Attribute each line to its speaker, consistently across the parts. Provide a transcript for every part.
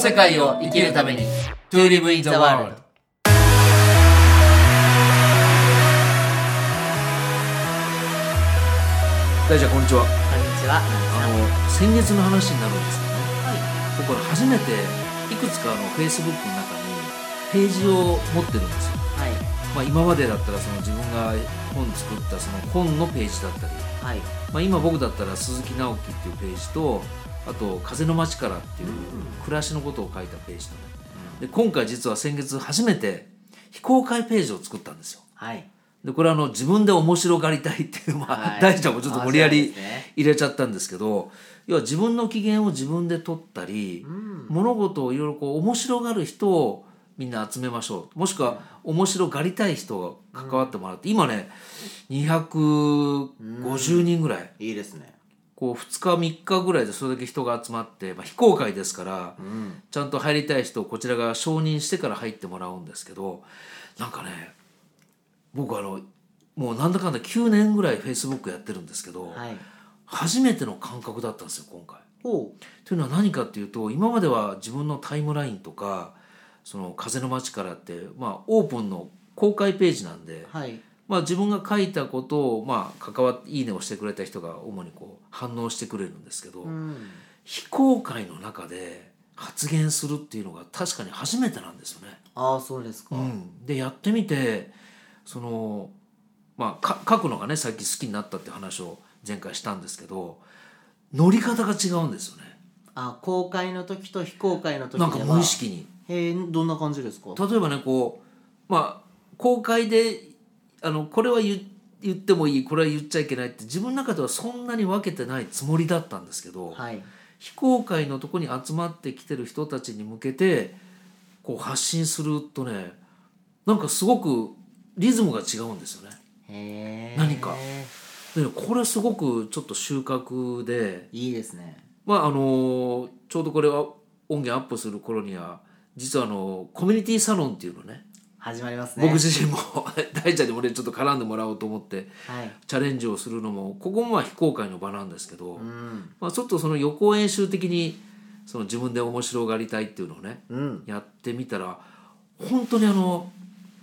Speaker 1: 世界を生きるために To live in the world
Speaker 2: 大ちゃんこんにちは
Speaker 1: こんにちは
Speaker 2: あの先月の話になるんですけどね、僕は初めていくつかあの Facebook の中にページを持ってるんですよ、
Speaker 1: はい
Speaker 2: まあ、今までだったらその自分が本作ったその本のページだったり、
Speaker 1: はい
Speaker 2: まあ、今僕だったら鈴木直樹っていうページとあと「風の街から」っていう暮らしのことを書いたページとねで今回実は先月初めて非公開ページを作ったんですよ
Speaker 1: はい
Speaker 2: でこれあの自分で面白がりたいっていうまあ、
Speaker 1: はい
Speaker 2: 大ちゃんもちょっと無理や
Speaker 1: あそう
Speaker 2: り
Speaker 1: ですね
Speaker 2: 入れちゃったんですけど要は自分の機嫌を自分で取ったり、物事をいろいろこう面白がる人をみんな集めましょうもしくは面白がりたい人が関わってもらって、今ね250人ぐらい、
Speaker 1: いいですね
Speaker 2: こう2日3日ぐらいでそれだけ人が集まって、まあ、非公開ですから、ちゃんと入りたい人をこちらが承認してから入ってもらうんですけどなんかね僕あのもうなんだかんだ9年ぐらい Facebook やってるんですけど、
Speaker 1: はい
Speaker 2: 初めての感覚だったんですよ今回。
Speaker 1: ほ
Speaker 2: というのは何かっていうと今までは自分のタイムラインとか「その風の街から」って、まあ、オープンの公開ページなんで
Speaker 1: う、はい
Speaker 2: まあ、自分が書いたことを、まあ、関わって「いいね」をしてくれた人が主にこう反応してくれるんですけど、
Speaker 1: うん
Speaker 2: 非公開の中で発言するっていうのが確かに初めてなんですよね。
Speaker 1: ああそうですか
Speaker 2: うん、でやってみてそのまあか書くのがね最近好きになったって話を前回したんですけど乗り方が違うんですよね
Speaker 1: あ公開の時と非公開の時で
Speaker 2: なん
Speaker 1: は
Speaker 2: か無意識に。
Speaker 1: へえどんな感じですか
Speaker 2: 例えばねこうまあ公開であのこれは言言ってもいいこれは言っちゃいけないって自分の中ではそんなに分けてないつもりだったんですけど、
Speaker 1: はい
Speaker 2: 非公開のとこに集まってきてる人たちに向けてこう発信するとねなんかすごくリズムが違うんですよね。
Speaker 1: へえ
Speaker 2: 何かでこれすごくちょっと収穫で、
Speaker 1: いいですね
Speaker 2: まああのちょうどこれは音源アップする頃には実はあのコミュニティサロンっていうのね
Speaker 1: 始まりますね
Speaker 2: 僕自身も 大ちゃんにもねちょっと絡んでもらおうと思って
Speaker 1: はい
Speaker 2: チャレンジをするのもここもまあ非公開の場なんですけど、
Speaker 1: うん
Speaker 2: まあ、ちょっとその予行演習的にその自分で面白がりたいっていうのをね
Speaker 1: うん
Speaker 2: やってみたら本当にあの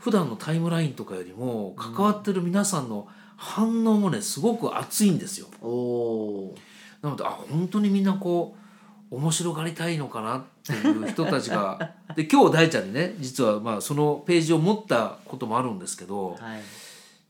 Speaker 2: 普段のタイムラインとかよりも関わってる皆さんの反応もねすごく熱いんですよ。
Speaker 1: おお
Speaker 2: なのであ本当にみんなこう面白がりたいのかなっていう人たちがで今日大ちゃんにね実はまあそのページを持ったこともあるんですけど
Speaker 1: はい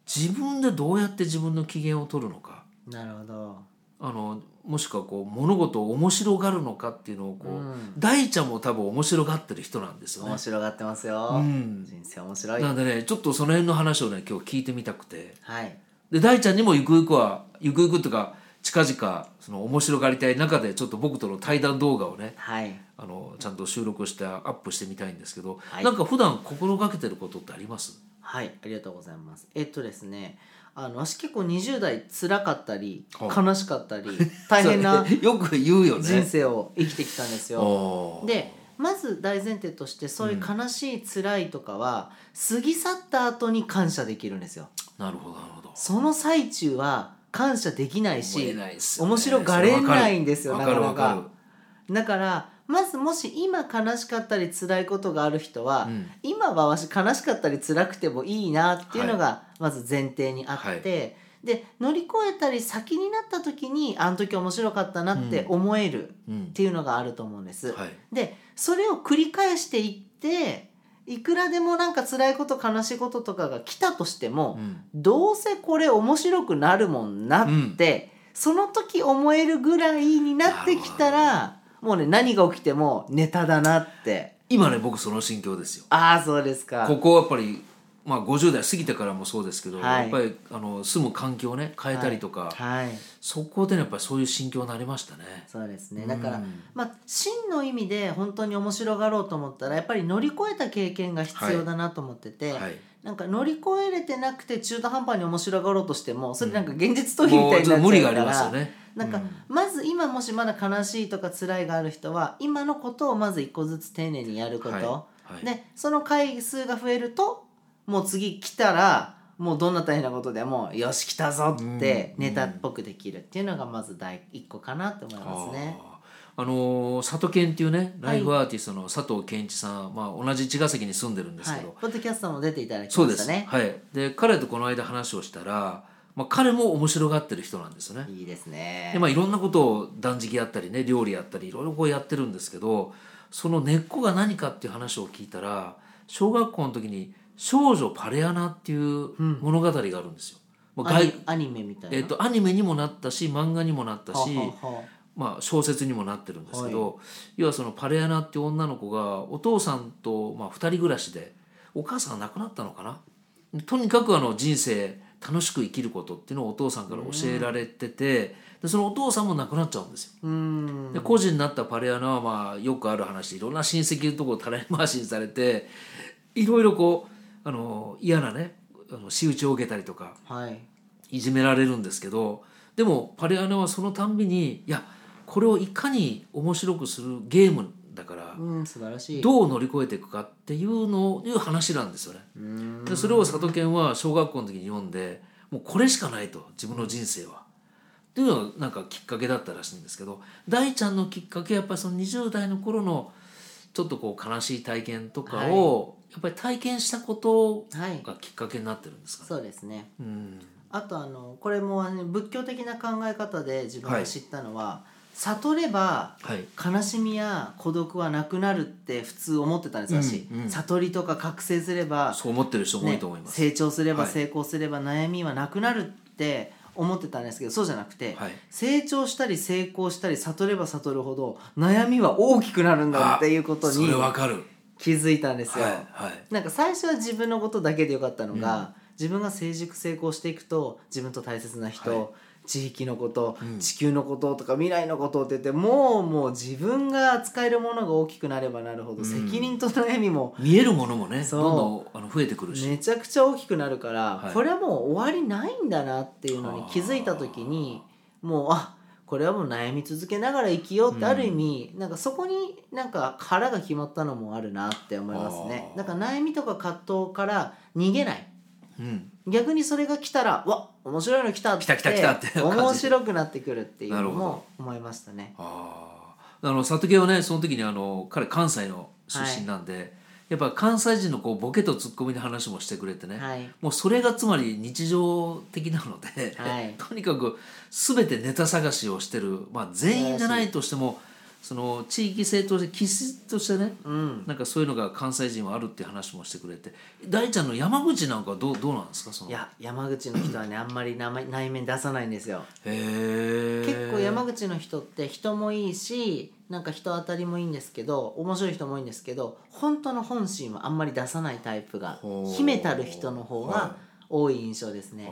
Speaker 2: 自分でどうやって自分の機嫌を取るのか
Speaker 1: なるほど
Speaker 2: あのもしくはこう物事を面白がるのかっていうのをこう、
Speaker 1: うん
Speaker 2: 大ちゃんも多分面白がってる人なんですよね
Speaker 1: 面。白がってますよ、
Speaker 2: うん
Speaker 1: 人生面白い
Speaker 2: なんでねちょっとその辺の話をね今日聞いてみたくて
Speaker 1: はい
Speaker 2: で大ちゃんにもゆくゆくはゆくゆくっていうか近々その面白がりたい中でちょっと僕との対談動画をね
Speaker 1: はい
Speaker 2: あのちゃんと収録してアップしてみたいんですけど、
Speaker 1: はい
Speaker 2: なんか普段心がけてることってあります
Speaker 1: はいありがとうございますえっとですねあの私結構20代辛かったり
Speaker 2: は
Speaker 1: 悲しかった り大変な
Speaker 2: それよく言うよね
Speaker 1: 人生を生きてきたんですよ
Speaker 2: おー
Speaker 1: でまず大前提としてそういう悲しい辛いとかは過ぎ去った後に感謝できるんですよ
Speaker 2: なるほどなるほど
Speaker 1: その最中は感謝できないし
Speaker 2: 思えないっすよね
Speaker 1: 面白がれないんですよ
Speaker 2: わか
Speaker 1: な
Speaker 2: る
Speaker 1: かなか
Speaker 2: わかる
Speaker 1: だからまずもし今悲しかったり辛いことがある人は、
Speaker 2: うん
Speaker 1: 今はわし悲しかったり辛くてもいいなっていうのがまず前提にあって、
Speaker 2: はい
Speaker 1: で乗り越えたり先になった時にあの時面白かったなって思える
Speaker 2: う
Speaker 1: っ
Speaker 2: ん
Speaker 1: ていうのがあると思うんです。
Speaker 2: はい
Speaker 1: でそれを繰り返していっていくらでもなんか辛いこと悲しいこととかが来たとしても、
Speaker 2: うん
Speaker 1: どうせこれ面白くなるもんなって、その時思えるぐらいになってきたらもうね何が起きてもネタだなって
Speaker 2: 今ね僕その心境ですよ
Speaker 1: ああそうですか
Speaker 2: ここはやっぱりまあ50代過ぎてからもそうですけど、
Speaker 1: はい
Speaker 2: やっぱりあの住む環境をね変えたりとか、
Speaker 1: はい
Speaker 2: そこでねやっぱりそういう心境になりましたね
Speaker 1: そうですねだから、
Speaker 2: うん
Speaker 1: まあ、真の意味で本当に面白がろうと思ったらやっぱり乗り越えた経験が必要だなと思ってて、
Speaker 2: はい
Speaker 1: なんか乗り越えれてなくて中途半端に面白がろうとしてもそれなんか現実逃避み
Speaker 2: も
Speaker 1: たいうに
Speaker 2: ちょ
Speaker 1: な
Speaker 2: っ
Speaker 1: っ
Speaker 2: と無理
Speaker 1: ち
Speaker 2: が
Speaker 1: ゃう
Speaker 2: あり
Speaker 1: か
Speaker 2: ますよ
Speaker 1: ら
Speaker 2: ね
Speaker 1: なん
Speaker 2: う
Speaker 1: かまず今もしまだ悲しいとか辛いがある人は今のことをまず一個ずつ丁寧にやること、
Speaker 2: はいはい
Speaker 1: でその回数が増えるともう次来たらもうどんな大変なことでもよし来たぞってネタっぽくできるっていうのがまず第一個かなと思いますね。
Speaker 2: あーあのー佐藤健っていうねライフアーティストの佐藤健一さん、まあ、同じ茅ヶ崎に住んでるんです
Speaker 1: は
Speaker 2: け
Speaker 1: い
Speaker 2: ど、、
Speaker 1: ポッドキャストも出ていただき
Speaker 2: そう
Speaker 1: ま
Speaker 2: で
Speaker 1: した
Speaker 2: す、
Speaker 1: ね。
Speaker 2: はい、で彼とこの間話をしたら、まあ、彼も面白がってる人なんですよね。
Speaker 1: いいですね
Speaker 2: で。まあ、いろんなことを断食やったりね料理やったりいろいろこうやってるんですけどその根っこが何かっていう話を聞いたら小学校の時に「少女パレアナ」っていう物語があるんですよ。まあ
Speaker 1: ア
Speaker 2: 外
Speaker 1: ニアニメみたいな。
Speaker 2: えっとアニメにもなったし漫画にもなったし
Speaker 1: はあは
Speaker 2: まあ、小説にもなってるんですけど、要はそのパレアナっていう女の子がお父さんと、まあ、2人暮らしでお母さんが亡くなったのかなとにかくあの人生楽しく生きることっていうのをお父さんから教えられてて、でそのお父さんも亡くなっちゃうんですよ。
Speaker 1: あうん。
Speaker 2: で孤児になったパレアナはまあよくある話いろんな親戚のところをたらい回しにされていろいろこうあの嫌なねあの仕打ちを受けたりとか
Speaker 1: はい。
Speaker 2: いじめられるんですけどでもパレアナはそのたんびにいやこれをいかに面白くするゲームだから
Speaker 1: うん、素晴らしい。
Speaker 2: どう乗り越えていくかっていうのいう話なんですよね。でそれを佐渡健は小学校の時に読んでもうこれしかないと自分の人生は。っていうのがなんかきっかけだったらしいんですけど大ちゃんのきっかけはやっぱりその20代の頃のちょっとこう悲しい体験とかを、やっぱり体験したこと
Speaker 1: はい。
Speaker 2: がきっかけになってるんですかね。
Speaker 1: そうですね。
Speaker 2: うん
Speaker 1: あとあのこれもあの仏教的な考え方で自分が知ったのは、悟れば
Speaker 2: はい
Speaker 1: 悲しみや孤独はなくなるって普通思ってたんです私、
Speaker 2: うんうん
Speaker 1: 悟りとか覚醒すれば、
Speaker 2: そう思ってる人も多い
Speaker 1: ね
Speaker 2: と思います。
Speaker 1: 成長すれば
Speaker 2: はい
Speaker 1: 成功すれば悩みはなくなるって思ってたんですけどそうじゃなくて、
Speaker 2: はい
Speaker 1: 成長したり成功したり悟れば悟るほど悩みは大きくなるんだっていうこと
Speaker 2: そ
Speaker 1: に
Speaker 2: れわかる。
Speaker 1: 気づいたんですよ。
Speaker 2: はいはい。
Speaker 1: なんか最初は自分のことだけでよかったのが、自分が成熟成功していくと自分と大切な人、
Speaker 2: は
Speaker 1: 地域のこと、
Speaker 2: うん
Speaker 1: 地球のこととか未来のことって言ってもうもう自分が扱えるものが大きくなればなるほど、
Speaker 2: うん
Speaker 1: 責任と悩みも
Speaker 2: 見えるものもね、ど
Speaker 1: そうん
Speaker 2: どんあの増えてくるし。
Speaker 1: めちゃくちゃ大きくなるから、
Speaker 2: はい
Speaker 1: これはもう終わりないんだなっていうのに気づいた時にもうあこれはもう悩み続けながら生きようってある意味、なんかそこになんか腹が決まったのもあるなって思いますね
Speaker 2: あー
Speaker 1: だから悩みとか葛藤から逃げない
Speaker 2: うん。
Speaker 1: 逆にそれが来たらわ面白いの来たって
Speaker 2: 来た来た来たって感じ
Speaker 1: 面白くなってくるっていうの
Speaker 2: なる
Speaker 1: も
Speaker 2: ほ
Speaker 1: 思いましたね
Speaker 2: ああ。あの里家はね、その時にあの彼関西の出身なんで、やっぱ関西人のこうボケとツッコミの話もしてくれてね。
Speaker 1: はい
Speaker 2: もうそれがつまり日常的なので、
Speaker 1: はい
Speaker 2: とにかく全てネタ探しをしてる、まあ、全員じゃないとしてもその地域性として気質としてね、
Speaker 1: うん
Speaker 2: なんかそういうのが関西人はあるっていう話もしてくれて大ちゃんの山口なんかはどうどうなんですかその
Speaker 1: いや山口の人はねあんまり名前内面出さないんですよ
Speaker 2: へえ
Speaker 1: 結構山口の人って人もいいしなんか人当たりもいいんですけど面白い人もいいんですけど本当の本心はあんまり出さないタイプが
Speaker 2: ほう
Speaker 1: 秘めたる人の方が
Speaker 2: は
Speaker 1: 多い印象ですね。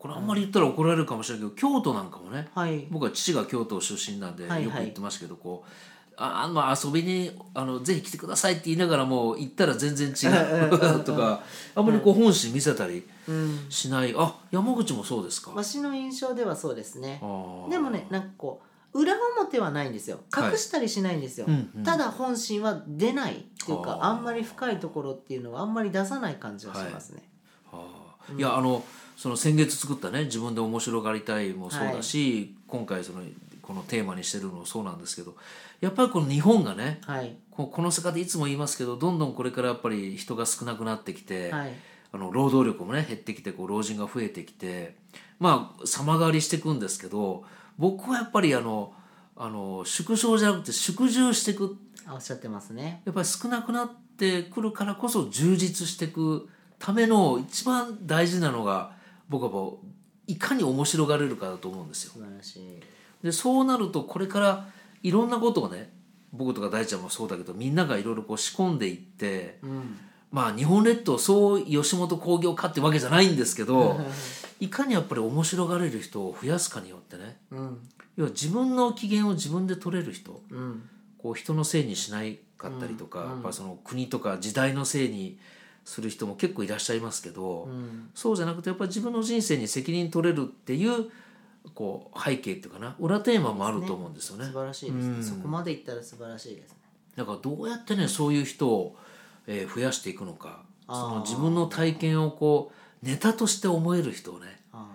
Speaker 2: これあんまり言ったら怒られるかもしれないけど京都なんかもね
Speaker 1: はい、
Speaker 2: 僕は父が京都出身なんでよ
Speaker 1: はい
Speaker 2: く言ってましたけどこう。ああまあ遊びにあのぜひ来てくださいって言いながらも行ったら全然違う とかあんまりこう本心見せたり
Speaker 1: うん、
Speaker 2: しないあ山口もそうですか
Speaker 1: わしの印象ではそうですね
Speaker 2: あ。ー
Speaker 1: でもねなんかこう裏表はないんですよ
Speaker 2: はい
Speaker 1: 隠したりしないんですよ、
Speaker 2: うんうん
Speaker 1: ただ本心は出ないっていうか
Speaker 2: あー
Speaker 1: あんまり深いところっていうのはあんまり出さない感じがしますね。
Speaker 2: ああいやあのその先月作ったね自分で面白がりたいもそうだし、今回そのこのテーマにしてるのもそうなんですけどやっぱりこの日本がね
Speaker 1: はい、
Speaker 2: ここの世界でいつも言いますけどどんどんこれからやっぱり人が少なくなってきて、
Speaker 1: はい
Speaker 2: あの労働力もね減ってきてこう老人が増えてきてまあ様変わりしていくんですけど僕はやっぱりあのあの縮小じゃなくて縮充していく
Speaker 1: あおっしゃってますね。
Speaker 2: やっぱり少なくなってくるからこそ充実していくための一番大事なのが僕はもういかに面白がれるかだと思うんですよ。
Speaker 1: 素晴らしい。
Speaker 2: でそうなるとこれからいろんなことをね僕とか大ちゃんもそうだけどみんながいろいろこう仕込んでいって
Speaker 1: うん、
Speaker 2: まあ日本列島そう吉本興業化ってわけじゃないんですけどいかにやっぱり面白がれる人を増やすかによってね
Speaker 1: うん、
Speaker 2: 要は自分の機嫌を自分で取れる人
Speaker 1: うん、
Speaker 2: こう人のせいにしないかったりとか、やっぱその国とか時代のせいにする人も結構いらっしゃいますけど、
Speaker 1: うん、
Speaker 2: そうじゃなくてやっぱり自分の人生に責任取れるっていうこう背景っていうかな裏テーマもあると思うんですよね。
Speaker 1: 素晴らしいですね、
Speaker 2: うん
Speaker 1: そこまでいったら素晴らしいですね
Speaker 2: だからどうやってねそういう人を、えー増やしていくのかそ
Speaker 1: あー
Speaker 2: の自分の体験をこうネタとして思える人をね
Speaker 1: あ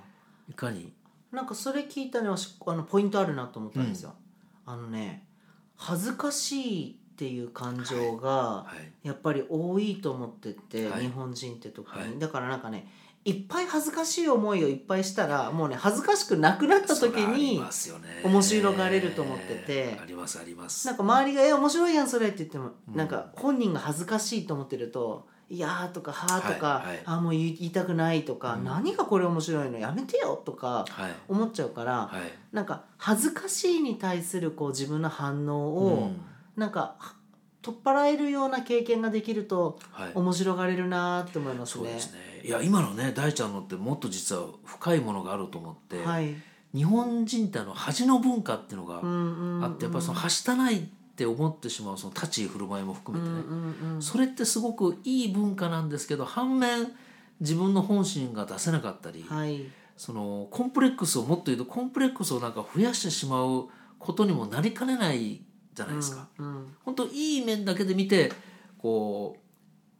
Speaker 2: いかに
Speaker 1: あなんかそれ聞いたねわしあのポイントあるなと思ったんですよ、あのね恥ずかしいっていう感情が
Speaker 2: はい
Speaker 1: やっぱり多いと思ってて、
Speaker 2: はい
Speaker 1: 日本人って特に、
Speaker 2: はい
Speaker 1: だからなんかねいっぱい恥ずかしい思いをいっぱいしたらもうね恥ずかしくなくなった時
Speaker 2: それあり
Speaker 1: に
Speaker 2: ますよね
Speaker 1: 面白がれると思ってて
Speaker 2: ありますあります
Speaker 1: なんか周りが「え面白いやんそれ」って言っても、なんか本人が恥ずかしいと思ってると「いやー」とか「はー」とか「
Speaker 2: はいはい
Speaker 1: あーもう言い言いたくない」とか、何がこれ面白いのやめてよ」とか
Speaker 2: はい
Speaker 1: 思っちゃうから、
Speaker 2: はい
Speaker 1: なんか恥ずかしいに対するこう自分の反応
Speaker 2: う
Speaker 1: を、
Speaker 2: ん
Speaker 1: なんかは取っ払えるような経験ができると
Speaker 2: はい
Speaker 1: 面白がれるなーって思います
Speaker 2: そう
Speaker 1: ね
Speaker 2: で。すねいや今のね大ちゃんのってもっと実は深いものがあると思って、
Speaker 1: はい、
Speaker 2: 日本人ってあの恥の文化っていうのが
Speaker 1: うんうんうん
Speaker 2: あってやっぱりその恥じたないって思ってしまうその立ち居振る舞いも含めてね、
Speaker 1: うんうん
Speaker 2: それってすごくいい文化なんですけど反面自分の本心が出せなかったり、
Speaker 1: はい、
Speaker 2: そのコンプレックスをもっと言うとコンプレックスをなんか増やしてしまうことにもなりかねないじゃないですか。
Speaker 1: うん、
Speaker 2: 本当いい面だけで見てこう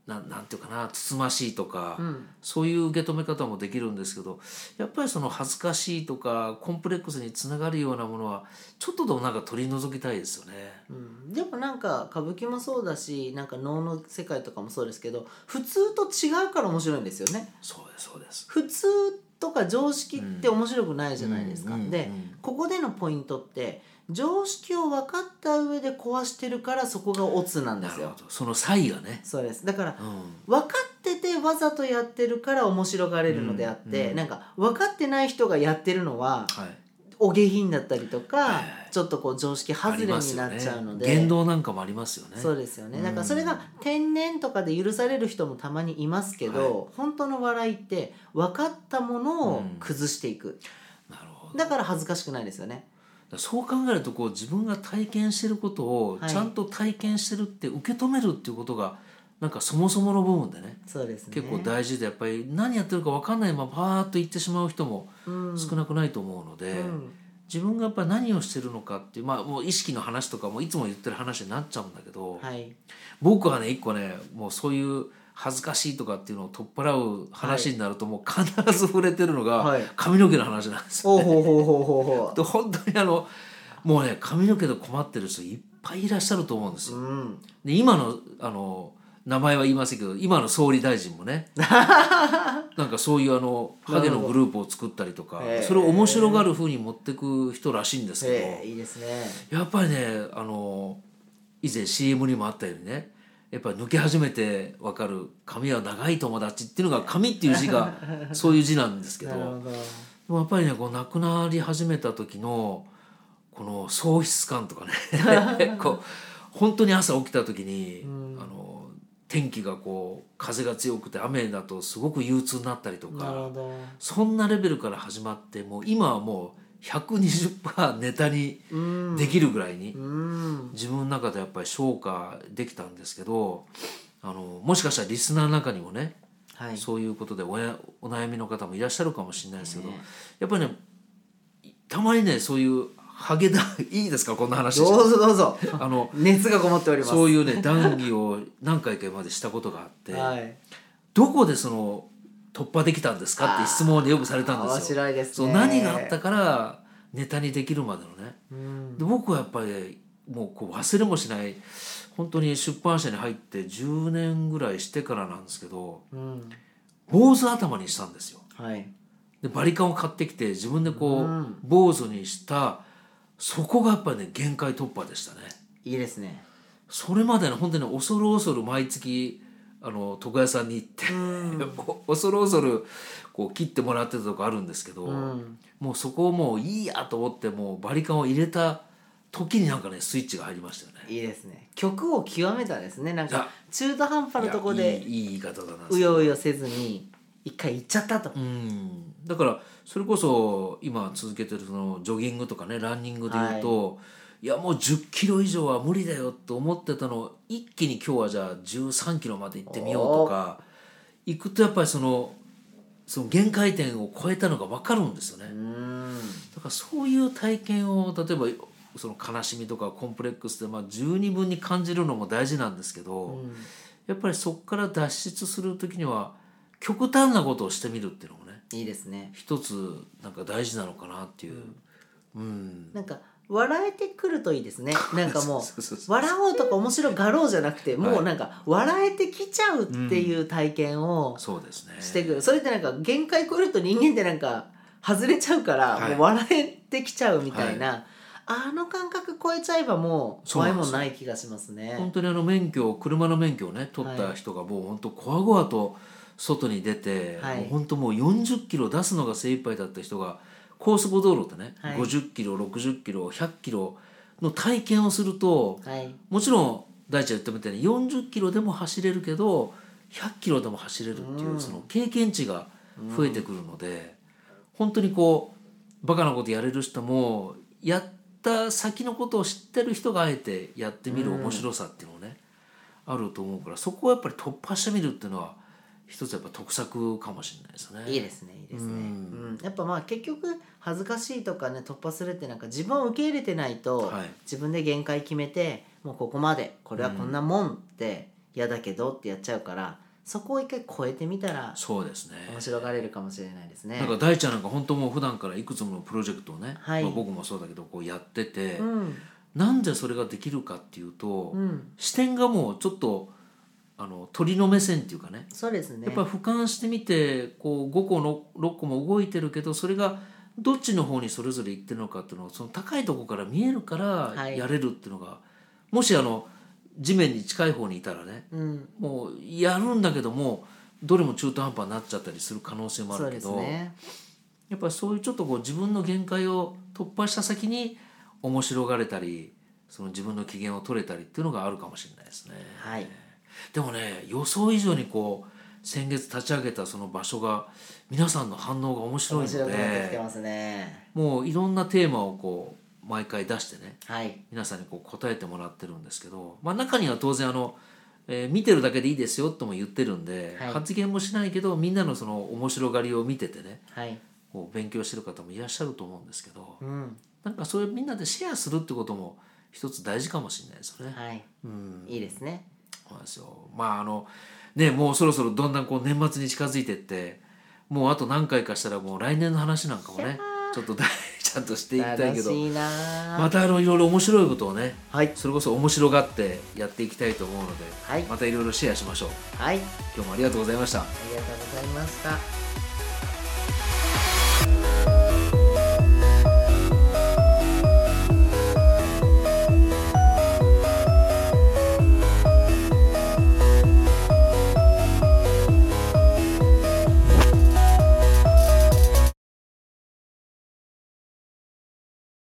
Speaker 2: なんなんていうかなつつましいとか、
Speaker 1: うん
Speaker 2: そういう受け止め方もできるんですけどやっぱりその恥ずかしいとかコンプレックスにつながるようなものはちょっとでもなんか取り除きたいですよね。
Speaker 1: うん、でもなんか歌舞伎もそうだしなんか能の世界とかもそうですけど普通と違うから面白いんですよね。
Speaker 2: そうですそうです。
Speaker 1: 普通とか常識って面白くないじゃないですか。
Speaker 2: うんうん
Speaker 1: で
Speaker 2: うん
Speaker 1: ここでのポイントって常識を分かった上で壊してるからそこがオツなんで
Speaker 2: な
Speaker 1: す
Speaker 2: る
Speaker 1: よ
Speaker 2: ほ。どその差異がね。
Speaker 1: そうですだから
Speaker 2: うん
Speaker 1: 分かっててわざとやってるから面白がれるのであって、
Speaker 2: うんうん
Speaker 1: なんか分かってない人がやってるのは
Speaker 2: はい、
Speaker 1: お下品だったりとか、
Speaker 2: はい
Speaker 1: ちょっとこう常識外れになっちゃうので、
Speaker 2: ありますよね言動なんかもありますよね。
Speaker 1: そうですよね
Speaker 2: うん
Speaker 1: だからそれが天然とかで許される人もたまにいますけど、本当の笑いって分かったものを崩していく、
Speaker 2: なるほど。
Speaker 1: だから恥ずかしくないですよね。
Speaker 2: そう考えるとこう自分が体験してることを
Speaker 1: はい
Speaker 2: ちゃんと体験してるって受け止めるっていうことがなんかそもそもの部分でね
Speaker 1: そうですね
Speaker 2: 結構大事でやっぱり何やってるか分かんないままパーッと行ってしまう人も
Speaker 1: うん
Speaker 2: 少なくないと思うので、
Speaker 1: うん
Speaker 2: 自分がやっぱり何をしてるのかっていうまあもう意識の話とかもいつも言ってる話になっちゃうんだけど、
Speaker 1: はい、
Speaker 2: 僕はね一個ねもうそういう恥ずかしいとかっていうのを取っ払う話になるともう必ず触れてるのが、
Speaker 1: はい
Speaker 2: 髪の毛の話なんですよ
Speaker 1: おうほうほうほうほうほ
Speaker 2: で本当にあのもうね髪の毛で困ってる人いっぱいいらっしゃると思うんです
Speaker 1: う、
Speaker 2: よ。
Speaker 1: うん、
Speaker 2: で今のあの名前は言いませんけど今の総理大臣 もねなんかそういうあのハゲのグループを作ったりとか
Speaker 1: なるほど
Speaker 2: それを面白がる風に持ってく人らしいんですけど、
Speaker 1: ええいいですね
Speaker 2: やっぱりねあの以前 CM にもあったようにねやっぱり抜け始めて分かる「髪は長い友達」っていうのが「髪」っていう字 がそういう字なんですけ
Speaker 1: なるほど
Speaker 2: でもやっぱりねこう亡くなり始めた時のこの喪失感とか ねこう本当に朝起きた時に、あの天気がこう風が強くて雨だとすごく憂鬱になったりと
Speaker 1: なる
Speaker 2: か
Speaker 1: ほど
Speaker 2: そんなレベルから始まってもう今はもう120%ネタに
Speaker 1: うん
Speaker 2: できるぐらいに
Speaker 1: うん
Speaker 2: 自分の中でやっぱり消化できたんですけどあのもしかしたらリスナーの中にもね
Speaker 1: はい
Speaker 2: そういうことでおやお悩みの方もいらっしゃるかもしれないですけど、やっぱりねいたまにねそういうハゲだ いいですかこんな話して
Speaker 1: どうぞどうぞ
Speaker 2: あの
Speaker 1: 熱がこもっております
Speaker 2: そういうね談義を何回か今までしたことがあって、
Speaker 1: はい
Speaker 2: どこでその突破できたんですかって質問でよくされたんですよ。
Speaker 1: 面白いですね
Speaker 2: そう何があったからネタにできるまでのね。
Speaker 1: うん
Speaker 2: で僕はやっぱりもうこう忘れもしない本当に出版社に入って10年ぐらいしてからなんですけど
Speaker 1: うん
Speaker 2: 坊主頭にしたんですよ。
Speaker 1: はい
Speaker 2: でバリカンを買ってきて自分でこう、
Speaker 1: うん
Speaker 2: 坊主にしたそこがやっぱりね限界突破でしたね
Speaker 1: いいですね
Speaker 2: それまでの本当に恐る恐る毎月あの床屋さんに行って、 こう恐る恐るこう切ってもらってたとこあるんですけど、
Speaker 1: うん
Speaker 2: もうそこをもういいやと思ってもうバリカンを入れた時になんかねスイッチが入りましたよね。
Speaker 1: いいですね曲を極めたですねなん
Speaker 2: い
Speaker 1: か
Speaker 2: や
Speaker 1: 中途半端なとこ
Speaker 2: いやい
Speaker 1: で
Speaker 2: いいい言い方だな
Speaker 1: うようよせずに一回行っちゃったと
Speaker 2: うんだからそれこそ今続けてるそのジョギングとかねランニングでいうと、い、やもう1 0キロ以上は無理だよと思ってたのを一気に今日はじゃあ1 3キロまで行ってみようとか行くとやっぱりそのその限界点を超えたのが分かるんですよね。
Speaker 1: うん
Speaker 2: だからそういう体験を例えばその悲しみとかコンプレックスでまあ十二分に感じるのも大事なんですけど、やっぱりそこから脱出する時には極端なことをしてみるっていうのもね
Speaker 1: いいですね
Speaker 2: 一つなんか大事なのかなっていう、うん
Speaker 1: なんか笑えてくるといいです ねなんかもう
Speaker 2: そうそうそう
Speaker 1: 笑おうとか面白がろうじゃなくてもうなんか笑えてきちゃうっていう体験を
Speaker 2: そうですね
Speaker 1: してくるそれってなんか限界超えると人間ってなんか外れちゃうから
Speaker 2: はい
Speaker 1: もう笑えてきちゃうみたいなあの感覚超えちゃえばもう
Speaker 2: そう
Speaker 1: 怖
Speaker 2: ないんで
Speaker 1: も
Speaker 2: す
Speaker 1: ん
Speaker 2: よ
Speaker 1: ない気がします
Speaker 2: 本
Speaker 1: ね。
Speaker 2: 当にあの免許を車の免許をね取った人がもう本当こわごわと外に出て、
Speaker 1: はい
Speaker 2: もう本当もう40キロ出すのが精一杯だった人が高速道路ってね、
Speaker 1: はい
Speaker 2: 50キロ60キロ100キロの体験をすると
Speaker 1: はい
Speaker 2: もちろん大ちゃん言ったみたいに40キロでも走れるけど100キロでも走れるっていうその経験値が増えてくるので、本当にこうバカなことやれる人もやった先のことを知ってる人があえてやってみる面白さっていうのね、あると思うからそこをやっぱり突破してみるっていうのは一つやっぱ得策かもしれないですね。
Speaker 1: いいですねいいですね、うんやっぱまあ結局恥ずかしいとかね突破するってなんか自分を受け入れてないと、
Speaker 2: はい
Speaker 1: 自分で限界決めてもうここまでこれはこんなもんって嫌だけどってやっちゃうからそこを一回超えてみたら
Speaker 2: そうですね
Speaker 1: 面白がれるかもしれないですね
Speaker 2: なん。か大ちゃんなんか本当もう普段からいくつものプロジェクトをね、
Speaker 1: はい
Speaker 2: まあ僕もそうだけどこうやってて、
Speaker 1: うん
Speaker 2: なんでそれができるかっていうと、
Speaker 1: うん
Speaker 2: 視点がもうちょっとあの鳥の目線っていうかね
Speaker 1: そうですね
Speaker 2: やっぱ俯瞰してみてこう5個の6個も動いてるけどそれがどっちの方にそれぞれ行ってるのかっていうのをその高いとこから見えるから
Speaker 1: はい
Speaker 2: やれるっていうのが、もしあの地面に近い方にいたらね
Speaker 1: うん
Speaker 2: もうやるんだけどもどれも中途半端になっちゃったりする可能性もあ
Speaker 1: そう
Speaker 2: る
Speaker 1: で
Speaker 2: け
Speaker 1: す
Speaker 2: ど、
Speaker 1: ね
Speaker 2: やっぱりそういうちょっとこう自分の限界を突破した先に面白がれたりその自分の機嫌を取れたりっていうのがあるかもしれないですね。
Speaker 1: はい
Speaker 2: でもね予想以上にこう先月立ち上げたその場所が皆さんの反応が面白い
Speaker 1: 面
Speaker 2: ので
Speaker 1: 白くなってきてますね
Speaker 2: もういろんなテーマをこう毎回出してね
Speaker 1: はい
Speaker 2: 皆さんにこう答えてもらってるんですけど、まあ、中には当然あの、えー見てるだけでいいですよとも言ってるんで、
Speaker 1: はい
Speaker 2: 発言もしないけどみんなのその面白がりを見ててね
Speaker 1: はい
Speaker 2: こう勉強してる方もいらっしゃると思うんですけど
Speaker 1: うん
Speaker 2: なんかそういうみんなでシェアするってことも一つ大事かもしれないですよね。
Speaker 1: はい
Speaker 2: うん
Speaker 1: いいですね
Speaker 2: そうなんですよ。まああのねもうそろそろどんどんこう年末に近づいてってもうあと何回かしたらもう来年の話なんかもねちょっと大 ちゃんとしていきたい
Speaker 1: 楽
Speaker 2: けど
Speaker 1: しいな
Speaker 2: またあのいろいろ面白いことをね
Speaker 1: はい
Speaker 2: それこそ面白がってやっていきたいと思うので、
Speaker 1: はい
Speaker 2: またいろいろシェアしましょう。
Speaker 1: はい
Speaker 2: 今日もありがとうございました。
Speaker 1: ありがとうございました。